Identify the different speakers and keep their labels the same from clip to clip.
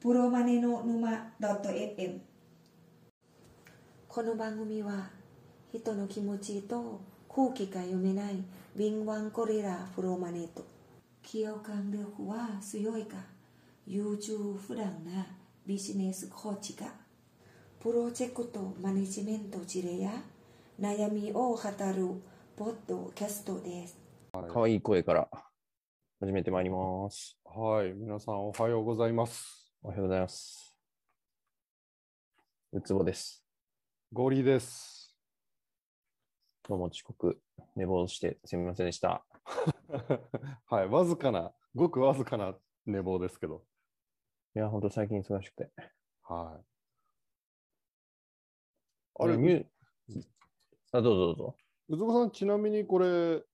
Speaker 1: プロマネの沼 .fm この番組は人の気持ちと空気が読めない敏腕コレラプロマネと企業感力は強いか優柔不断なビジネスコーチがプロジェクトマネジメント事例や悩みを語るポッドキャストです
Speaker 2: 可愛い声から始めてまいります。
Speaker 3: はい、皆さんおはようございます。
Speaker 2: おはようございます。うつぼです。
Speaker 3: ゴリです。
Speaker 2: どうも遅刻、寝坊してすみませんでした。
Speaker 3: はい、わずかな、ごくわずかな寝坊ですけど。
Speaker 2: いや、ほんと最近忙しくて。
Speaker 3: はい。
Speaker 2: あ
Speaker 3: あ
Speaker 2: れ、
Speaker 3: れ、
Speaker 2: ニ
Speaker 3: う
Speaker 2: ューあ、どうぞどうぞ。
Speaker 3: ずこさん、ちなみにこれ、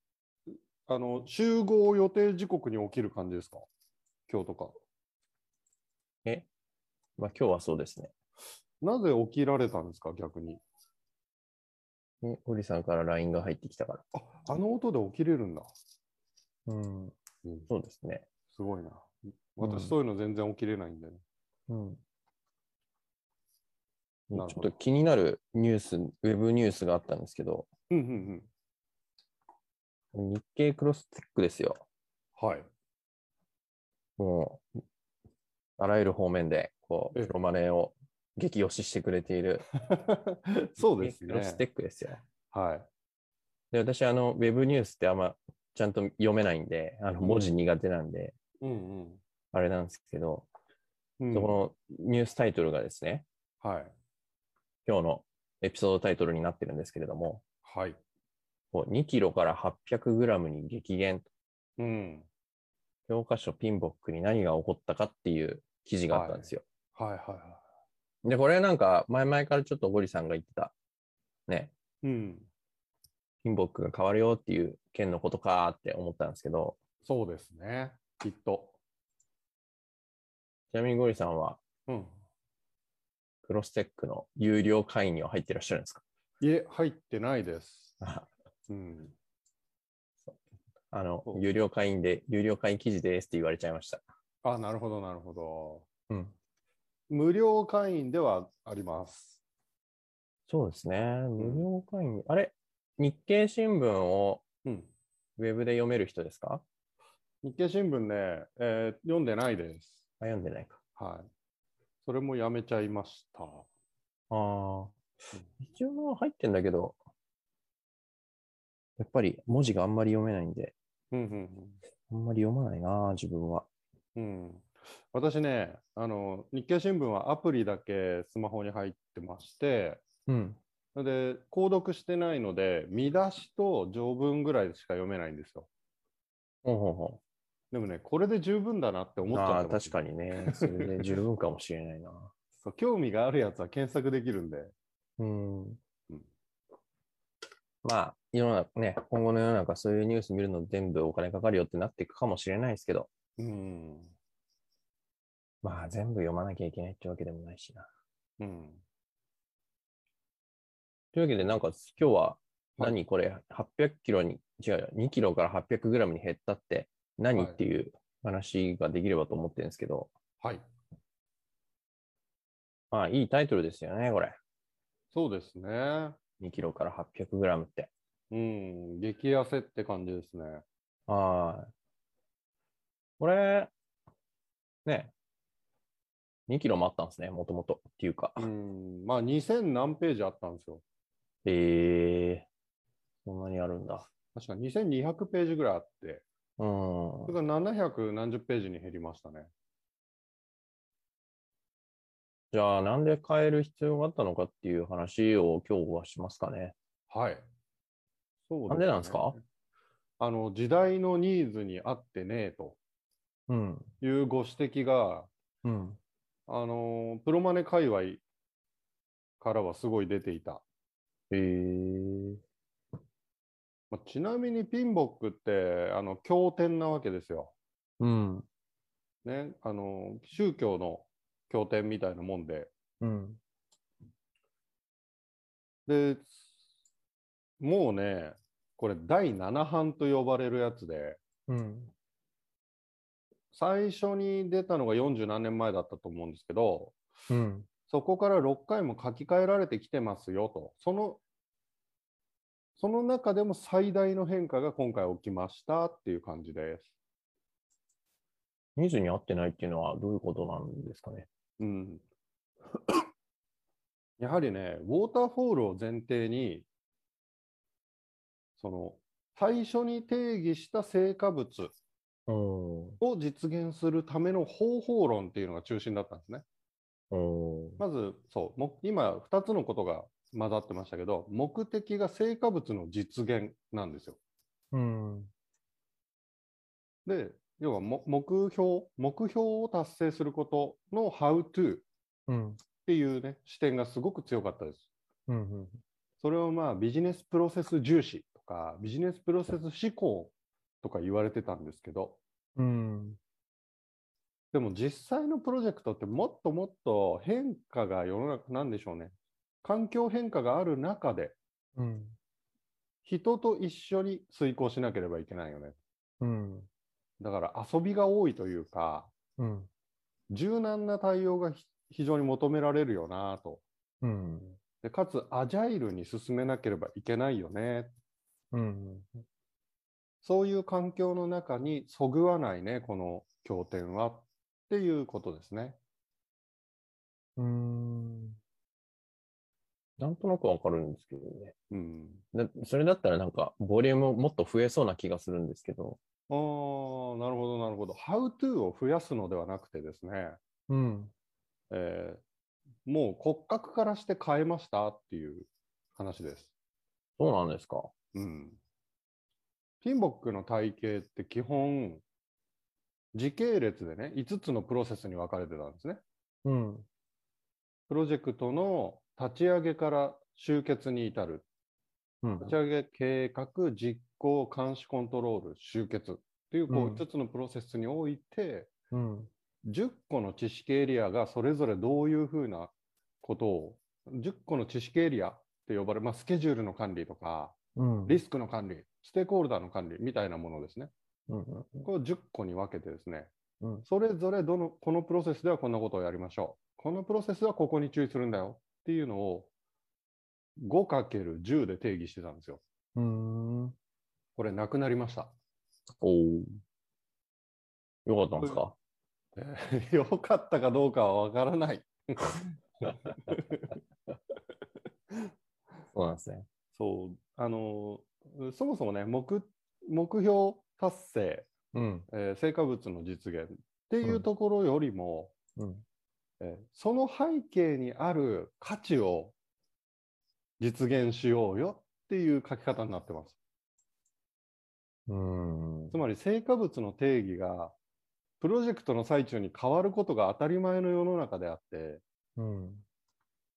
Speaker 3: あの、集合予定時刻に起きる感じですか今日とか。
Speaker 2: まあ今日はそうですね。
Speaker 3: なぜ起きられたんですか逆に。
Speaker 2: ねゴリさんから LINE が入ってきたから。
Speaker 3: あ、あの音で起きれるんだ。
Speaker 2: うん。
Speaker 3: うん
Speaker 2: そうですね。
Speaker 3: すごいな。
Speaker 2: うん
Speaker 3: 私、そういうの全然起きれないんでね。
Speaker 2: うん。ち
Speaker 3: な
Speaker 2: ょ
Speaker 3: る
Speaker 2: っ
Speaker 3: ほど
Speaker 2: と気になるニュース、ウェブニュースがあったんですけど、
Speaker 3: うんうん
Speaker 2: 日経クロステックですよ。
Speaker 3: うん。はい。
Speaker 2: もう、あらゆる方面で、こう、
Speaker 3: ええ
Speaker 2: プロマネーを激推ししてくれている、
Speaker 3: そうです
Speaker 2: クロステ
Speaker 3: ね。
Speaker 2: ックですよ。
Speaker 3: はい。
Speaker 2: で、私、あの、ウェブニュースってあんま、ちゃんと読めないんで、あの、文字苦手なんで、
Speaker 3: うんうん
Speaker 2: あれなんですけど、。
Speaker 3: うん
Speaker 2: そこのニュースタイトルがですね、
Speaker 3: はい。
Speaker 2: 今日のエピソードタイトルになってるんですけれども、
Speaker 3: はい。
Speaker 2: こう2キロから800グラムに激減、
Speaker 3: うん。
Speaker 2: 教科書ピンボックに何が起こったかっていう記事があったんですよ。
Speaker 3: はいはいは
Speaker 2: で、これなんか、前々からちょっとゴリさんが言ってた、ね、
Speaker 3: い。うん。
Speaker 2: ピンボックが変わるよっていう件のことかーって思ったんですけど、
Speaker 3: そうですね。きっと。
Speaker 2: ちなみにゴリさんは、
Speaker 3: うん。
Speaker 2: クロステックの有料会員には入ってらっしゃるんですか
Speaker 3: いえ、入ってないです。
Speaker 2: あ
Speaker 3: うん。
Speaker 2: あの
Speaker 3: そ、う
Speaker 2: 有料会員で、有料会員記事ですって言われちゃいました。
Speaker 3: あ、なるほど、なるほど。
Speaker 2: うん。
Speaker 3: 無料会員ではあります。
Speaker 2: そうですね。無料会員、あれ日経新聞を
Speaker 3: うん。
Speaker 2: ウェブで読める人ですか
Speaker 3: 日経新聞ね、えー読んでないです。
Speaker 2: あ読んでないか。
Speaker 3: はい。それもやめちゃいました。
Speaker 2: ああ。一応入ってんだけど、やっぱり文字があんまり読めないんで、
Speaker 3: うん、うん、
Speaker 2: あんまり読まないな、自分は。
Speaker 3: うん。うん。私ね、あの、日経新聞はアプリだけスマホに入ってまして、
Speaker 2: うん。
Speaker 3: で、購読してないので、見出しと条文ぐらいしか読めないんですよ。
Speaker 2: ほうほうほう。
Speaker 3: でもね、これで十分だなって思っちゃった
Speaker 2: あ
Speaker 3: ん
Speaker 2: あ、
Speaker 3: ですよ
Speaker 2: 確かにね。それで十分かもしれ ないな。
Speaker 3: そう。興味があるやつは検索できるんで。
Speaker 2: うん
Speaker 3: ん。
Speaker 2: まあ、世の中ね、今後の世の中、そういうニュース見るの全部お金かかるよってなっていくかもしれないですけど、
Speaker 3: うん。
Speaker 2: まあ、全部読まなきゃいけないってわけでもないしな。
Speaker 3: うん。
Speaker 2: というわけで、なんか今日は、何これ、800キロに、違うよ、2キロから800グラムに減ったって何、
Speaker 3: はい
Speaker 2: っていう話ができればと思ってるんですけど、
Speaker 3: はい。
Speaker 2: まあ、いいタイトルですよね、これ。
Speaker 3: そうですね。
Speaker 2: 2キロから800グラムって。
Speaker 3: うん。激痩せって感じですね。
Speaker 2: はい。これ、ね、2キロもあったんですね、もともと。っていうか。
Speaker 3: うん。まあ、2000何ページあったんですよ。
Speaker 2: ええそんなにあるんだ。
Speaker 3: 確か2200ページぐらいあって、
Speaker 2: うん
Speaker 3: そ。れが700何十ページに減りましたね。
Speaker 2: じゃあ、なんで変える必要があったのかっていう話を今日はしますかね。
Speaker 3: はい。そう
Speaker 2: なんでなんですか
Speaker 3: あの、時代のニーズに合ってねえと
Speaker 2: うん。
Speaker 3: いうご指摘が、
Speaker 2: うん。
Speaker 3: あの、プロマネ界隈からはすごい出ていた。
Speaker 2: ええ
Speaker 3: まあちなみにピンボックって、あの、経典なわけですよ。
Speaker 2: うん。
Speaker 3: ね、あの、宗教の経典みたいなもんで。
Speaker 2: うん。
Speaker 3: で、もうね、これ第7版と呼ばれるやつで、
Speaker 2: うん。
Speaker 3: 最初に出たのが40何年前だったと思うんですけど、
Speaker 2: うん。
Speaker 3: そこから6回も書き換えられてきてますよと。その、その中でも最大の変化が今回起きましたっていう感じです。
Speaker 2: ニーズに合ってないっていうのはどういうことなんですかね。
Speaker 3: うん。 やはりね、ウォーターフォールを前提に、その、最初に定義した成果物
Speaker 2: うん。
Speaker 3: を実現するための方法論っていうのが中心だったんですね。
Speaker 2: うん。
Speaker 3: まず、そう、も今、2つのことが混ざってましたけど、目的が成果物の実現なんですよ。
Speaker 2: うん。
Speaker 3: で、要はも目標、目標を達成することの how to っ
Speaker 2: うん。
Speaker 3: ていうね、視点がすごく強かったです。
Speaker 2: うん。
Speaker 3: それをまあビジネスプロセス重視とか、ビジネスプロセス思考とか言われてたんですけど、
Speaker 2: うん。
Speaker 3: でも実際のプロジェクトってもっともっと変化が世の中なんでしょうね。環境変化がある中で、
Speaker 2: うん。
Speaker 3: 人と一緒に遂行しなければいけないよね。
Speaker 2: うん。
Speaker 3: だから遊びが多いというか、
Speaker 2: うん。
Speaker 3: 柔軟な対応がひ非常に求められるよなと。
Speaker 2: うん。
Speaker 3: で、かつアジャイルに進めなければいけないよね。
Speaker 2: うん。
Speaker 3: そういう環境の中にそぐわないね、この経典はっていうことですね。
Speaker 2: うん。なんとなくわかるんですけどね。
Speaker 3: うん。
Speaker 2: だそれだったらなんか、ボリュームもっと増えそうな気がするんですけど。
Speaker 3: ああ、なるほど、なるほど。How to を増やすのではなくてですね、
Speaker 2: うん。
Speaker 3: えーもう骨格からして変えましたっていう話です。
Speaker 2: そうなんですか。
Speaker 3: うん。ピンボックの体系って基本、時系列でね、5つのプロセスに分かれてたんですね。
Speaker 2: うん。
Speaker 3: プロジェクトの立ち上げから終結に至る。
Speaker 2: うん
Speaker 3: 立ち上げ、計画、実行、監視、コントロール、集結っていうこ
Speaker 2: うん
Speaker 3: う5つのプロセスにおいて、
Speaker 2: うん。
Speaker 3: 10個の知識エリアがそれぞれどういうふうなことを、10個の知識エリアって呼ばれる、まあ、スケジュールの管理とか、
Speaker 2: うん。
Speaker 3: リスクの管理、ステークホルダーの管理みたいなものですね。
Speaker 2: うん。
Speaker 3: これを10個に分けてですね、
Speaker 2: うん
Speaker 3: それぞれどの、このプロセスではこんなことをやりましょう。このプロセスはここに注意するんだよっていうのを 5×10 で定義してたんですよ。
Speaker 2: うん。うん
Speaker 3: これなくなりました。
Speaker 2: おお。よかったんですか
Speaker 3: えーよかったかどうかはわからない。
Speaker 2: そうなんですね。
Speaker 3: そう、あのー、そもそもね、目、目標達成、
Speaker 2: うん。
Speaker 3: えー成果物の実現っていううんところよりも、
Speaker 2: うん。
Speaker 3: えーその背景にある価値を実現しようよっていう書き方になってます。
Speaker 2: うん
Speaker 3: つまり成果物の定義がプロジェクトの最中に変わることが当たり前の世の中であって、
Speaker 2: うん。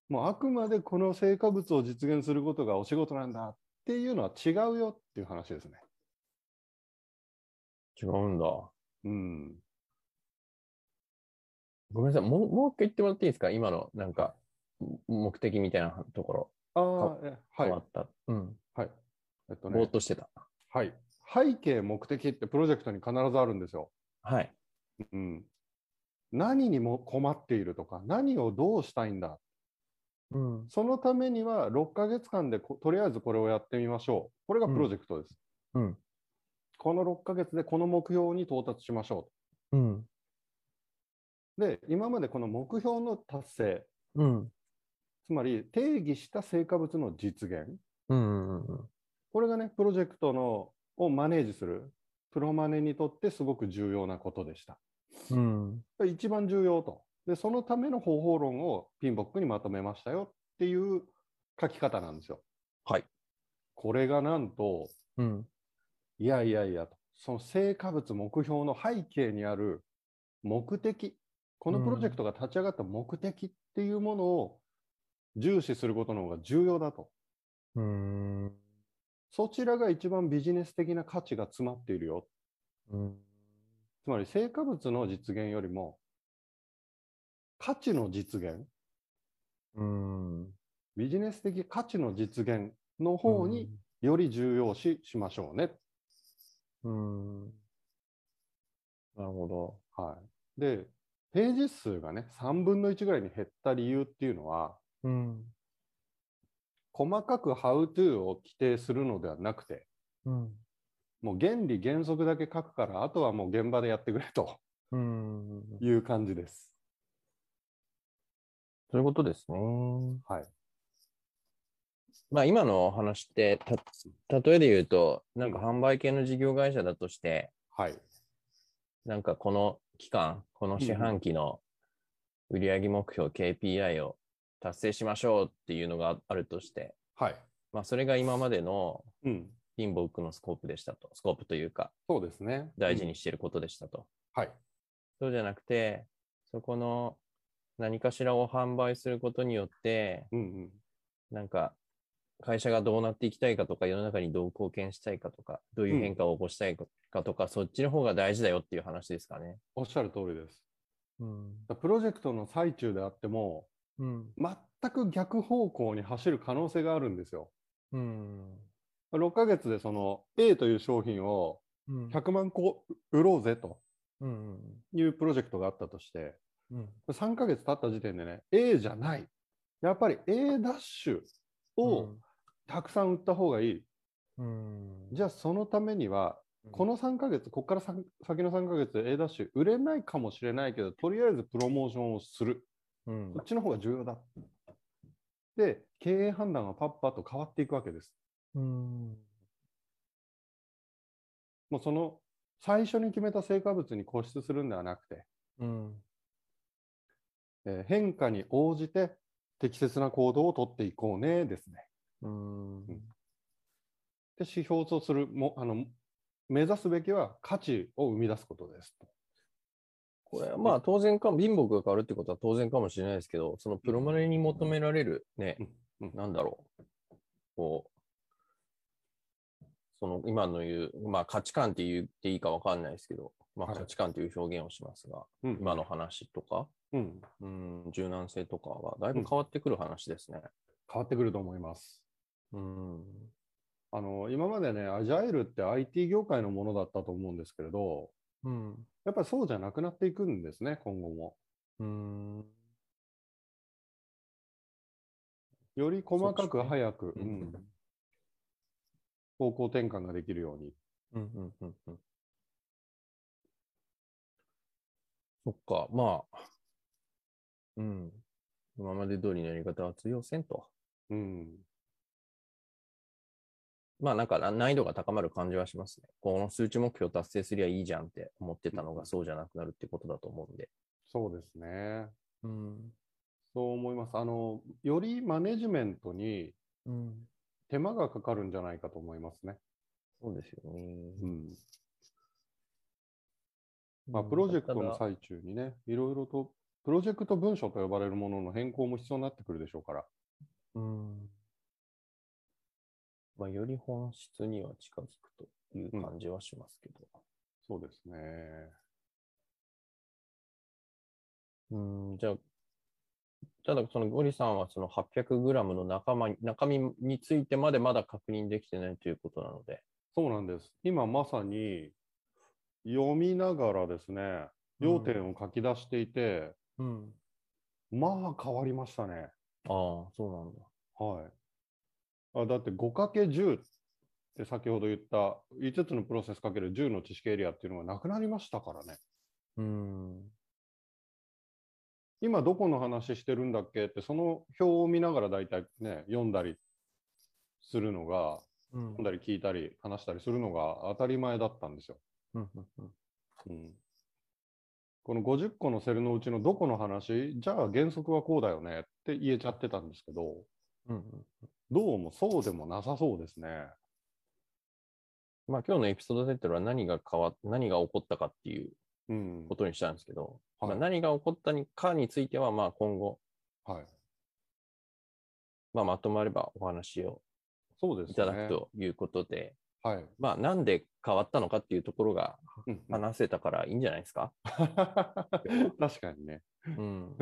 Speaker 3: もうあくまでこの成果物を実現することがお仕事なんだっていうのは違うよっていう話ですね。
Speaker 2: 違うんだ。
Speaker 3: うん。
Speaker 2: ごめんなさい。もう、もう一回言ってもらっていいですか今の、なんか、目的みたいなところ、
Speaker 3: ああ、えは
Speaker 2: 変
Speaker 3: い
Speaker 2: わ。った。うん。
Speaker 3: はい。えっと
Speaker 2: ぼー
Speaker 3: ね
Speaker 2: っ、としてた。
Speaker 3: はい。背景、目的ってプロジェクトに必ずあるんですよ。
Speaker 2: はい。
Speaker 3: うん。何にも困っているとか、何をどうしたいんだ。
Speaker 2: うん。
Speaker 3: そのためには6ヶ月間でこ、とりあえずこれをやってみましょう。これがプロジェクトです。
Speaker 2: うん。
Speaker 3: この6ヶ月でこの目標に到達しましょ
Speaker 2: うん。
Speaker 3: う。で、今までこの目標の達成、
Speaker 2: うん。
Speaker 3: つまり定義した成果物の実現、
Speaker 2: うん。うん。
Speaker 3: これがね、プロジェクトのをマネージする、プロマネにとってすごく重要なことでした。
Speaker 2: うん。
Speaker 3: 一番重要と。で、そのための方法論をピンボックにまとめましたよっていう書き方なんですよ。
Speaker 2: はい。
Speaker 3: これがなんと、
Speaker 2: うん。
Speaker 3: いやいやいやと、その成果物目標の背景にある目的、このプロジェクトが立ち上がった目的っていうものを重視することの方が重要だと。
Speaker 2: うん。
Speaker 3: そちらが一番ビジネス的な価値が詰まっているよ。
Speaker 2: うん。
Speaker 3: つまり成果物の実現よりも、価値の実現、
Speaker 2: うん。
Speaker 3: ビジネス的価値の実現の方により重要視しましょうね。
Speaker 2: うん。なるほど。
Speaker 3: はい。で、ページ数がね、3分の1ぐらいに減った理由っていうのは、
Speaker 2: うん。
Speaker 3: 細かく How to を規定するのではなくて、
Speaker 2: うん。
Speaker 3: もう原理原則だけ書くから、あとはもう現場でやってくれと
Speaker 2: うん。
Speaker 3: いう感じです。
Speaker 2: そういうことですね。
Speaker 3: はい。
Speaker 2: まあ今のお話って、た、例えで言うと、なんか販売系の事業会社だとして、
Speaker 3: はい。
Speaker 2: なんかこの期間、この四半期の売上目標 KPI を達成しましょうっていうのがああるとして、
Speaker 3: はい。
Speaker 2: まあそれが今までの
Speaker 3: うん。
Speaker 2: ピンボックのスコープでしたと。スコープというか、
Speaker 3: そうですね。
Speaker 2: 大事
Speaker 3: うん
Speaker 2: にしていることでしたと。
Speaker 3: はい。
Speaker 2: そうじゃなくて、そこの何かしらを販売することによって、
Speaker 3: うんうん。
Speaker 2: なんか、会社がどうなっていきたいかとか、世の中にどう貢献したいかとか、どういう変化を起こしたいかとか、そっちの方が大事だよっていう話ですかね。
Speaker 3: おっしゃる通りです。
Speaker 2: うん。
Speaker 3: プロジェクトの最中であっても、
Speaker 2: うん。
Speaker 3: 全く逆方向に走る可能性があるんですよ。
Speaker 2: うん。
Speaker 3: 6ヶ月でその A という商品を
Speaker 2: うん
Speaker 3: 100万個売ろうぜと
Speaker 2: うん。
Speaker 3: いうプロジェクトがあったとして、
Speaker 2: うん。
Speaker 3: 3ヶ月経った時点でね、A じゃない。やっぱり A ダッシュをたくさん売った方がいい。
Speaker 2: うん
Speaker 3: じゃあそのためには、こ、の3ヶ月、ここからさん先の3ヶ月で A ダッシュ売れないかもしれないけど、とりあえずプロモーションをする。
Speaker 2: うん
Speaker 3: こっちの方が重要だ。で、経営判断はパッパと変わっていくわけです。
Speaker 2: うん。
Speaker 3: もうその最初に決めた成果物に固執するんではなくて、
Speaker 2: うん。
Speaker 3: えー変化に応じて適切な行動をとっていこうねですね。
Speaker 2: うん。
Speaker 3: で、指標とするもあの、目指すべきは価値を生み出すことですと。
Speaker 2: これはまあ当然か、貧乏が変わるってことは当然かもしれないですけど、そのプロマネに求められるね、
Speaker 3: うんうん
Speaker 2: なんだろう、こう、その今の言う、まあ価値観って言っていいかわかんないですけど、まあ
Speaker 3: はい
Speaker 2: 価値観という表現をしますが、
Speaker 3: うん
Speaker 2: 今の話とか、
Speaker 3: うん、
Speaker 2: うん、柔軟性とかはだいぶ変わってくる話ですね。
Speaker 3: 変わってくると思います。
Speaker 2: うん。
Speaker 3: あの今までね、アジャイルって IT 業界のものだったと思うんですけれど、
Speaker 2: うん。
Speaker 3: やっぱりそうじゃなくなっていくんですね、今後も。
Speaker 2: うん。
Speaker 3: より細か
Speaker 2: そう
Speaker 3: く
Speaker 2: ですね
Speaker 3: 早く、
Speaker 2: う
Speaker 3: うんん方向転換ができるように。
Speaker 2: うんうんうんうん。そっか、まあ、うん。今まで通りのやり方は通用せんと。
Speaker 3: うん、
Speaker 2: まあなんかな難易度が高まる感じはしますね。この数値目標達成すりゃいいじゃんって思ってたのがそうじゃなくなるってことだと思うんで。
Speaker 3: そうですね。
Speaker 2: うん。
Speaker 3: そう思います。あの、よりマネジメントに
Speaker 2: うん。
Speaker 3: 手間がかかるんじゃないかと思いますね。
Speaker 2: そうですよね。
Speaker 3: うん。まあ、プロジェクトの最中にね、いろいろと、プロジェクト文書と呼ばれるものの変更も必要になってくるでしょうから。
Speaker 2: うん。まあより本質には近づくという感じはしますけど。
Speaker 3: そうですね。
Speaker 2: うん、じゃあ、ただ、そのゴリさんはその 800g の中間に中身についてまでまだ確認できてないということなので、
Speaker 3: そうなんです。今まさに読みながらですね、要点を書き出していて、
Speaker 2: うん。
Speaker 3: まあ変わりましたね。
Speaker 2: ああ、そうなん
Speaker 3: は
Speaker 2: だ。
Speaker 3: い。あだって 5×10 って先ほど言った5つのプロセスかける10の知識エリアっていうのがなくなりましたからね。
Speaker 2: うん。
Speaker 3: 今どこの話してるんだっけってその表を見ながら大体ね、読んだりするのが、
Speaker 2: うん
Speaker 3: 読んだり聞いたり話したりするのが当たり前だったんですよ。
Speaker 2: うんうん
Speaker 3: うん、この50個のセルのうちのどこの話じゃあ原則はこうだよねって言えちゃってたんですけど、
Speaker 2: うんうん
Speaker 3: どうもそうでもなさそうですね。
Speaker 2: まあ今日のエピソードタイトルは何が変わっ何が起こったかっていう
Speaker 3: うん
Speaker 2: こ。とにしたんですけど、
Speaker 3: はい
Speaker 2: まあ、何が起こったにかについては、まあ今後、
Speaker 3: はい。
Speaker 2: まあ、まとまればお話を
Speaker 3: そうですね。
Speaker 2: いただくということで、
Speaker 3: はい。
Speaker 2: まあなんで変わったのかっていうところが
Speaker 3: うんうん
Speaker 2: 話せたからいいんじゃないですか。
Speaker 3: 確かにね。
Speaker 2: うん、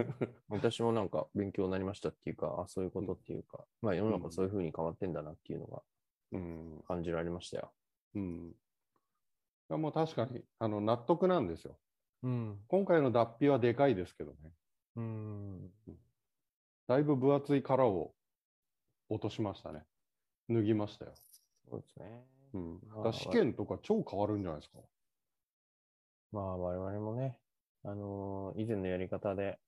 Speaker 2: 私もなんか勉強になりましたっていうか、あそういうことっていうか、まあ世の中そういうふうに変わってんだなっていうのが
Speaker 3: うん。
Speaker 2: 感じられましたよ。
Speaker 3: うん。れはもう確かにあの納得なんですよ。
Speaker 2: うん。
Speaker 3: 今回の脱皮はでかいですけどね。
Speaker 2: うん。
Speaker 3: だいぶ分厚い殻を落としましたね。脱ぎましたよ。
Speaker 2: そうですね。
Speaker 3: うん、だ
Speaker 2: ま
Speaker 3: か
Speaker 2: あ
Speaker 3: ら試験とか超変わるんじゃないですか。
Speaker 2: まあ、我々もね、あのー以前のやり方で、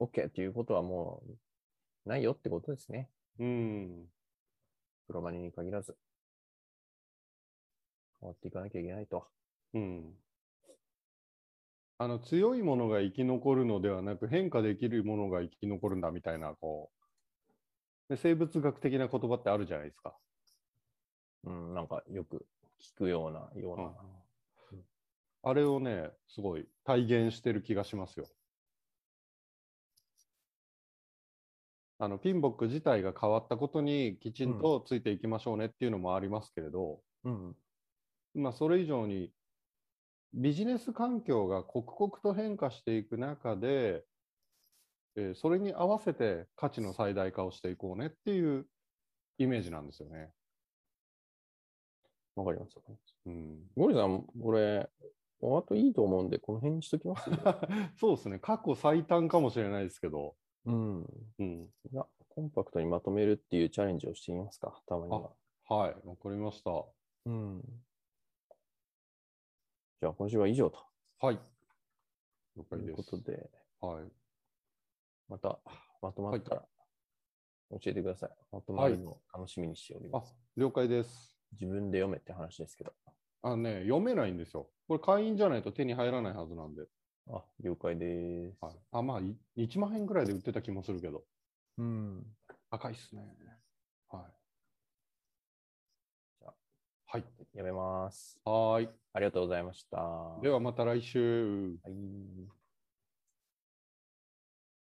Speaker 2: OK っていうことはもう、ないよってことですね。
Speaker 3: うん。
Speaker 2: プロマニに限らず。変わっていかなきゃいけないと。
Speaker 3: うん。あの強いものが生き残るのではなく変化できるものが生き残るんだみたいなこうで生物学的な言葉ってあるじゃないですか。
Speaker 2: うん、なんかよく聞くような、ような。
Speaker 3: あれをねすごい体現してる気がしますよ。あのピンボック自体が変わったことにきちんとついていきましょうねっていうのもありますけれど、
Speaker 2: うん。
Speaker 3: まあ、それ以上にビジネス環境が刻々と変化していく中で、えーそれに合わせて価値の最大化をしていこうねっていうイメージなんですよね。
Speaker 2: わかります。わかります
Speaker 3: うん、
Speaker 2: ゴリさん、これ、お後いいと思うんで、この辺にしときます。
Speaker 3: そうですね、過去最短かもしれないですけど、
Speaker 2: うん。
Speaker 3: うん、
Speaker 2: いや、コンパクトにまとめるっていうチャレンジをしてみますか、たまには。
Speaker 3: はい、わかりました。
Speaker 2: うん。じゃあ、今週は以上と
Speaker 3: はい。了
Speaker 2: い
Speaker 3: 解
Speaker 2: う
Speaker 3: で
Speaker 2: こ
Speaker 3: す。
Speaker 2: とで、
Speaker 3: はい、
Speaker 2: またまとまったら教えてください。まとまるのを楽しみにしておりま
Speaker 3: あ
Speaker 2: す。
Speaker 3: 了解です。
Speaker 2: 自分で読めって話ですけど。
Speaker 3: あのね、読めないんですよ。これ会員じゃないと手に入らないはずなんで。
Speaker 2: あ、了解です。
Speaker 3: はい、あ、まあ、い1万円ぐらいで売ってた気もするけど。
Speaker 2: うん。
Speaker 3: 赤いっすね。はい。
Speaker 2: じゃあ
Speaker 3: はい。
Speaker 2: やめます。
Speaker 3: はーい。
Speaker 2: ありがとうございました。
Speaker 3: ではまた来週。
Speaker 2: はい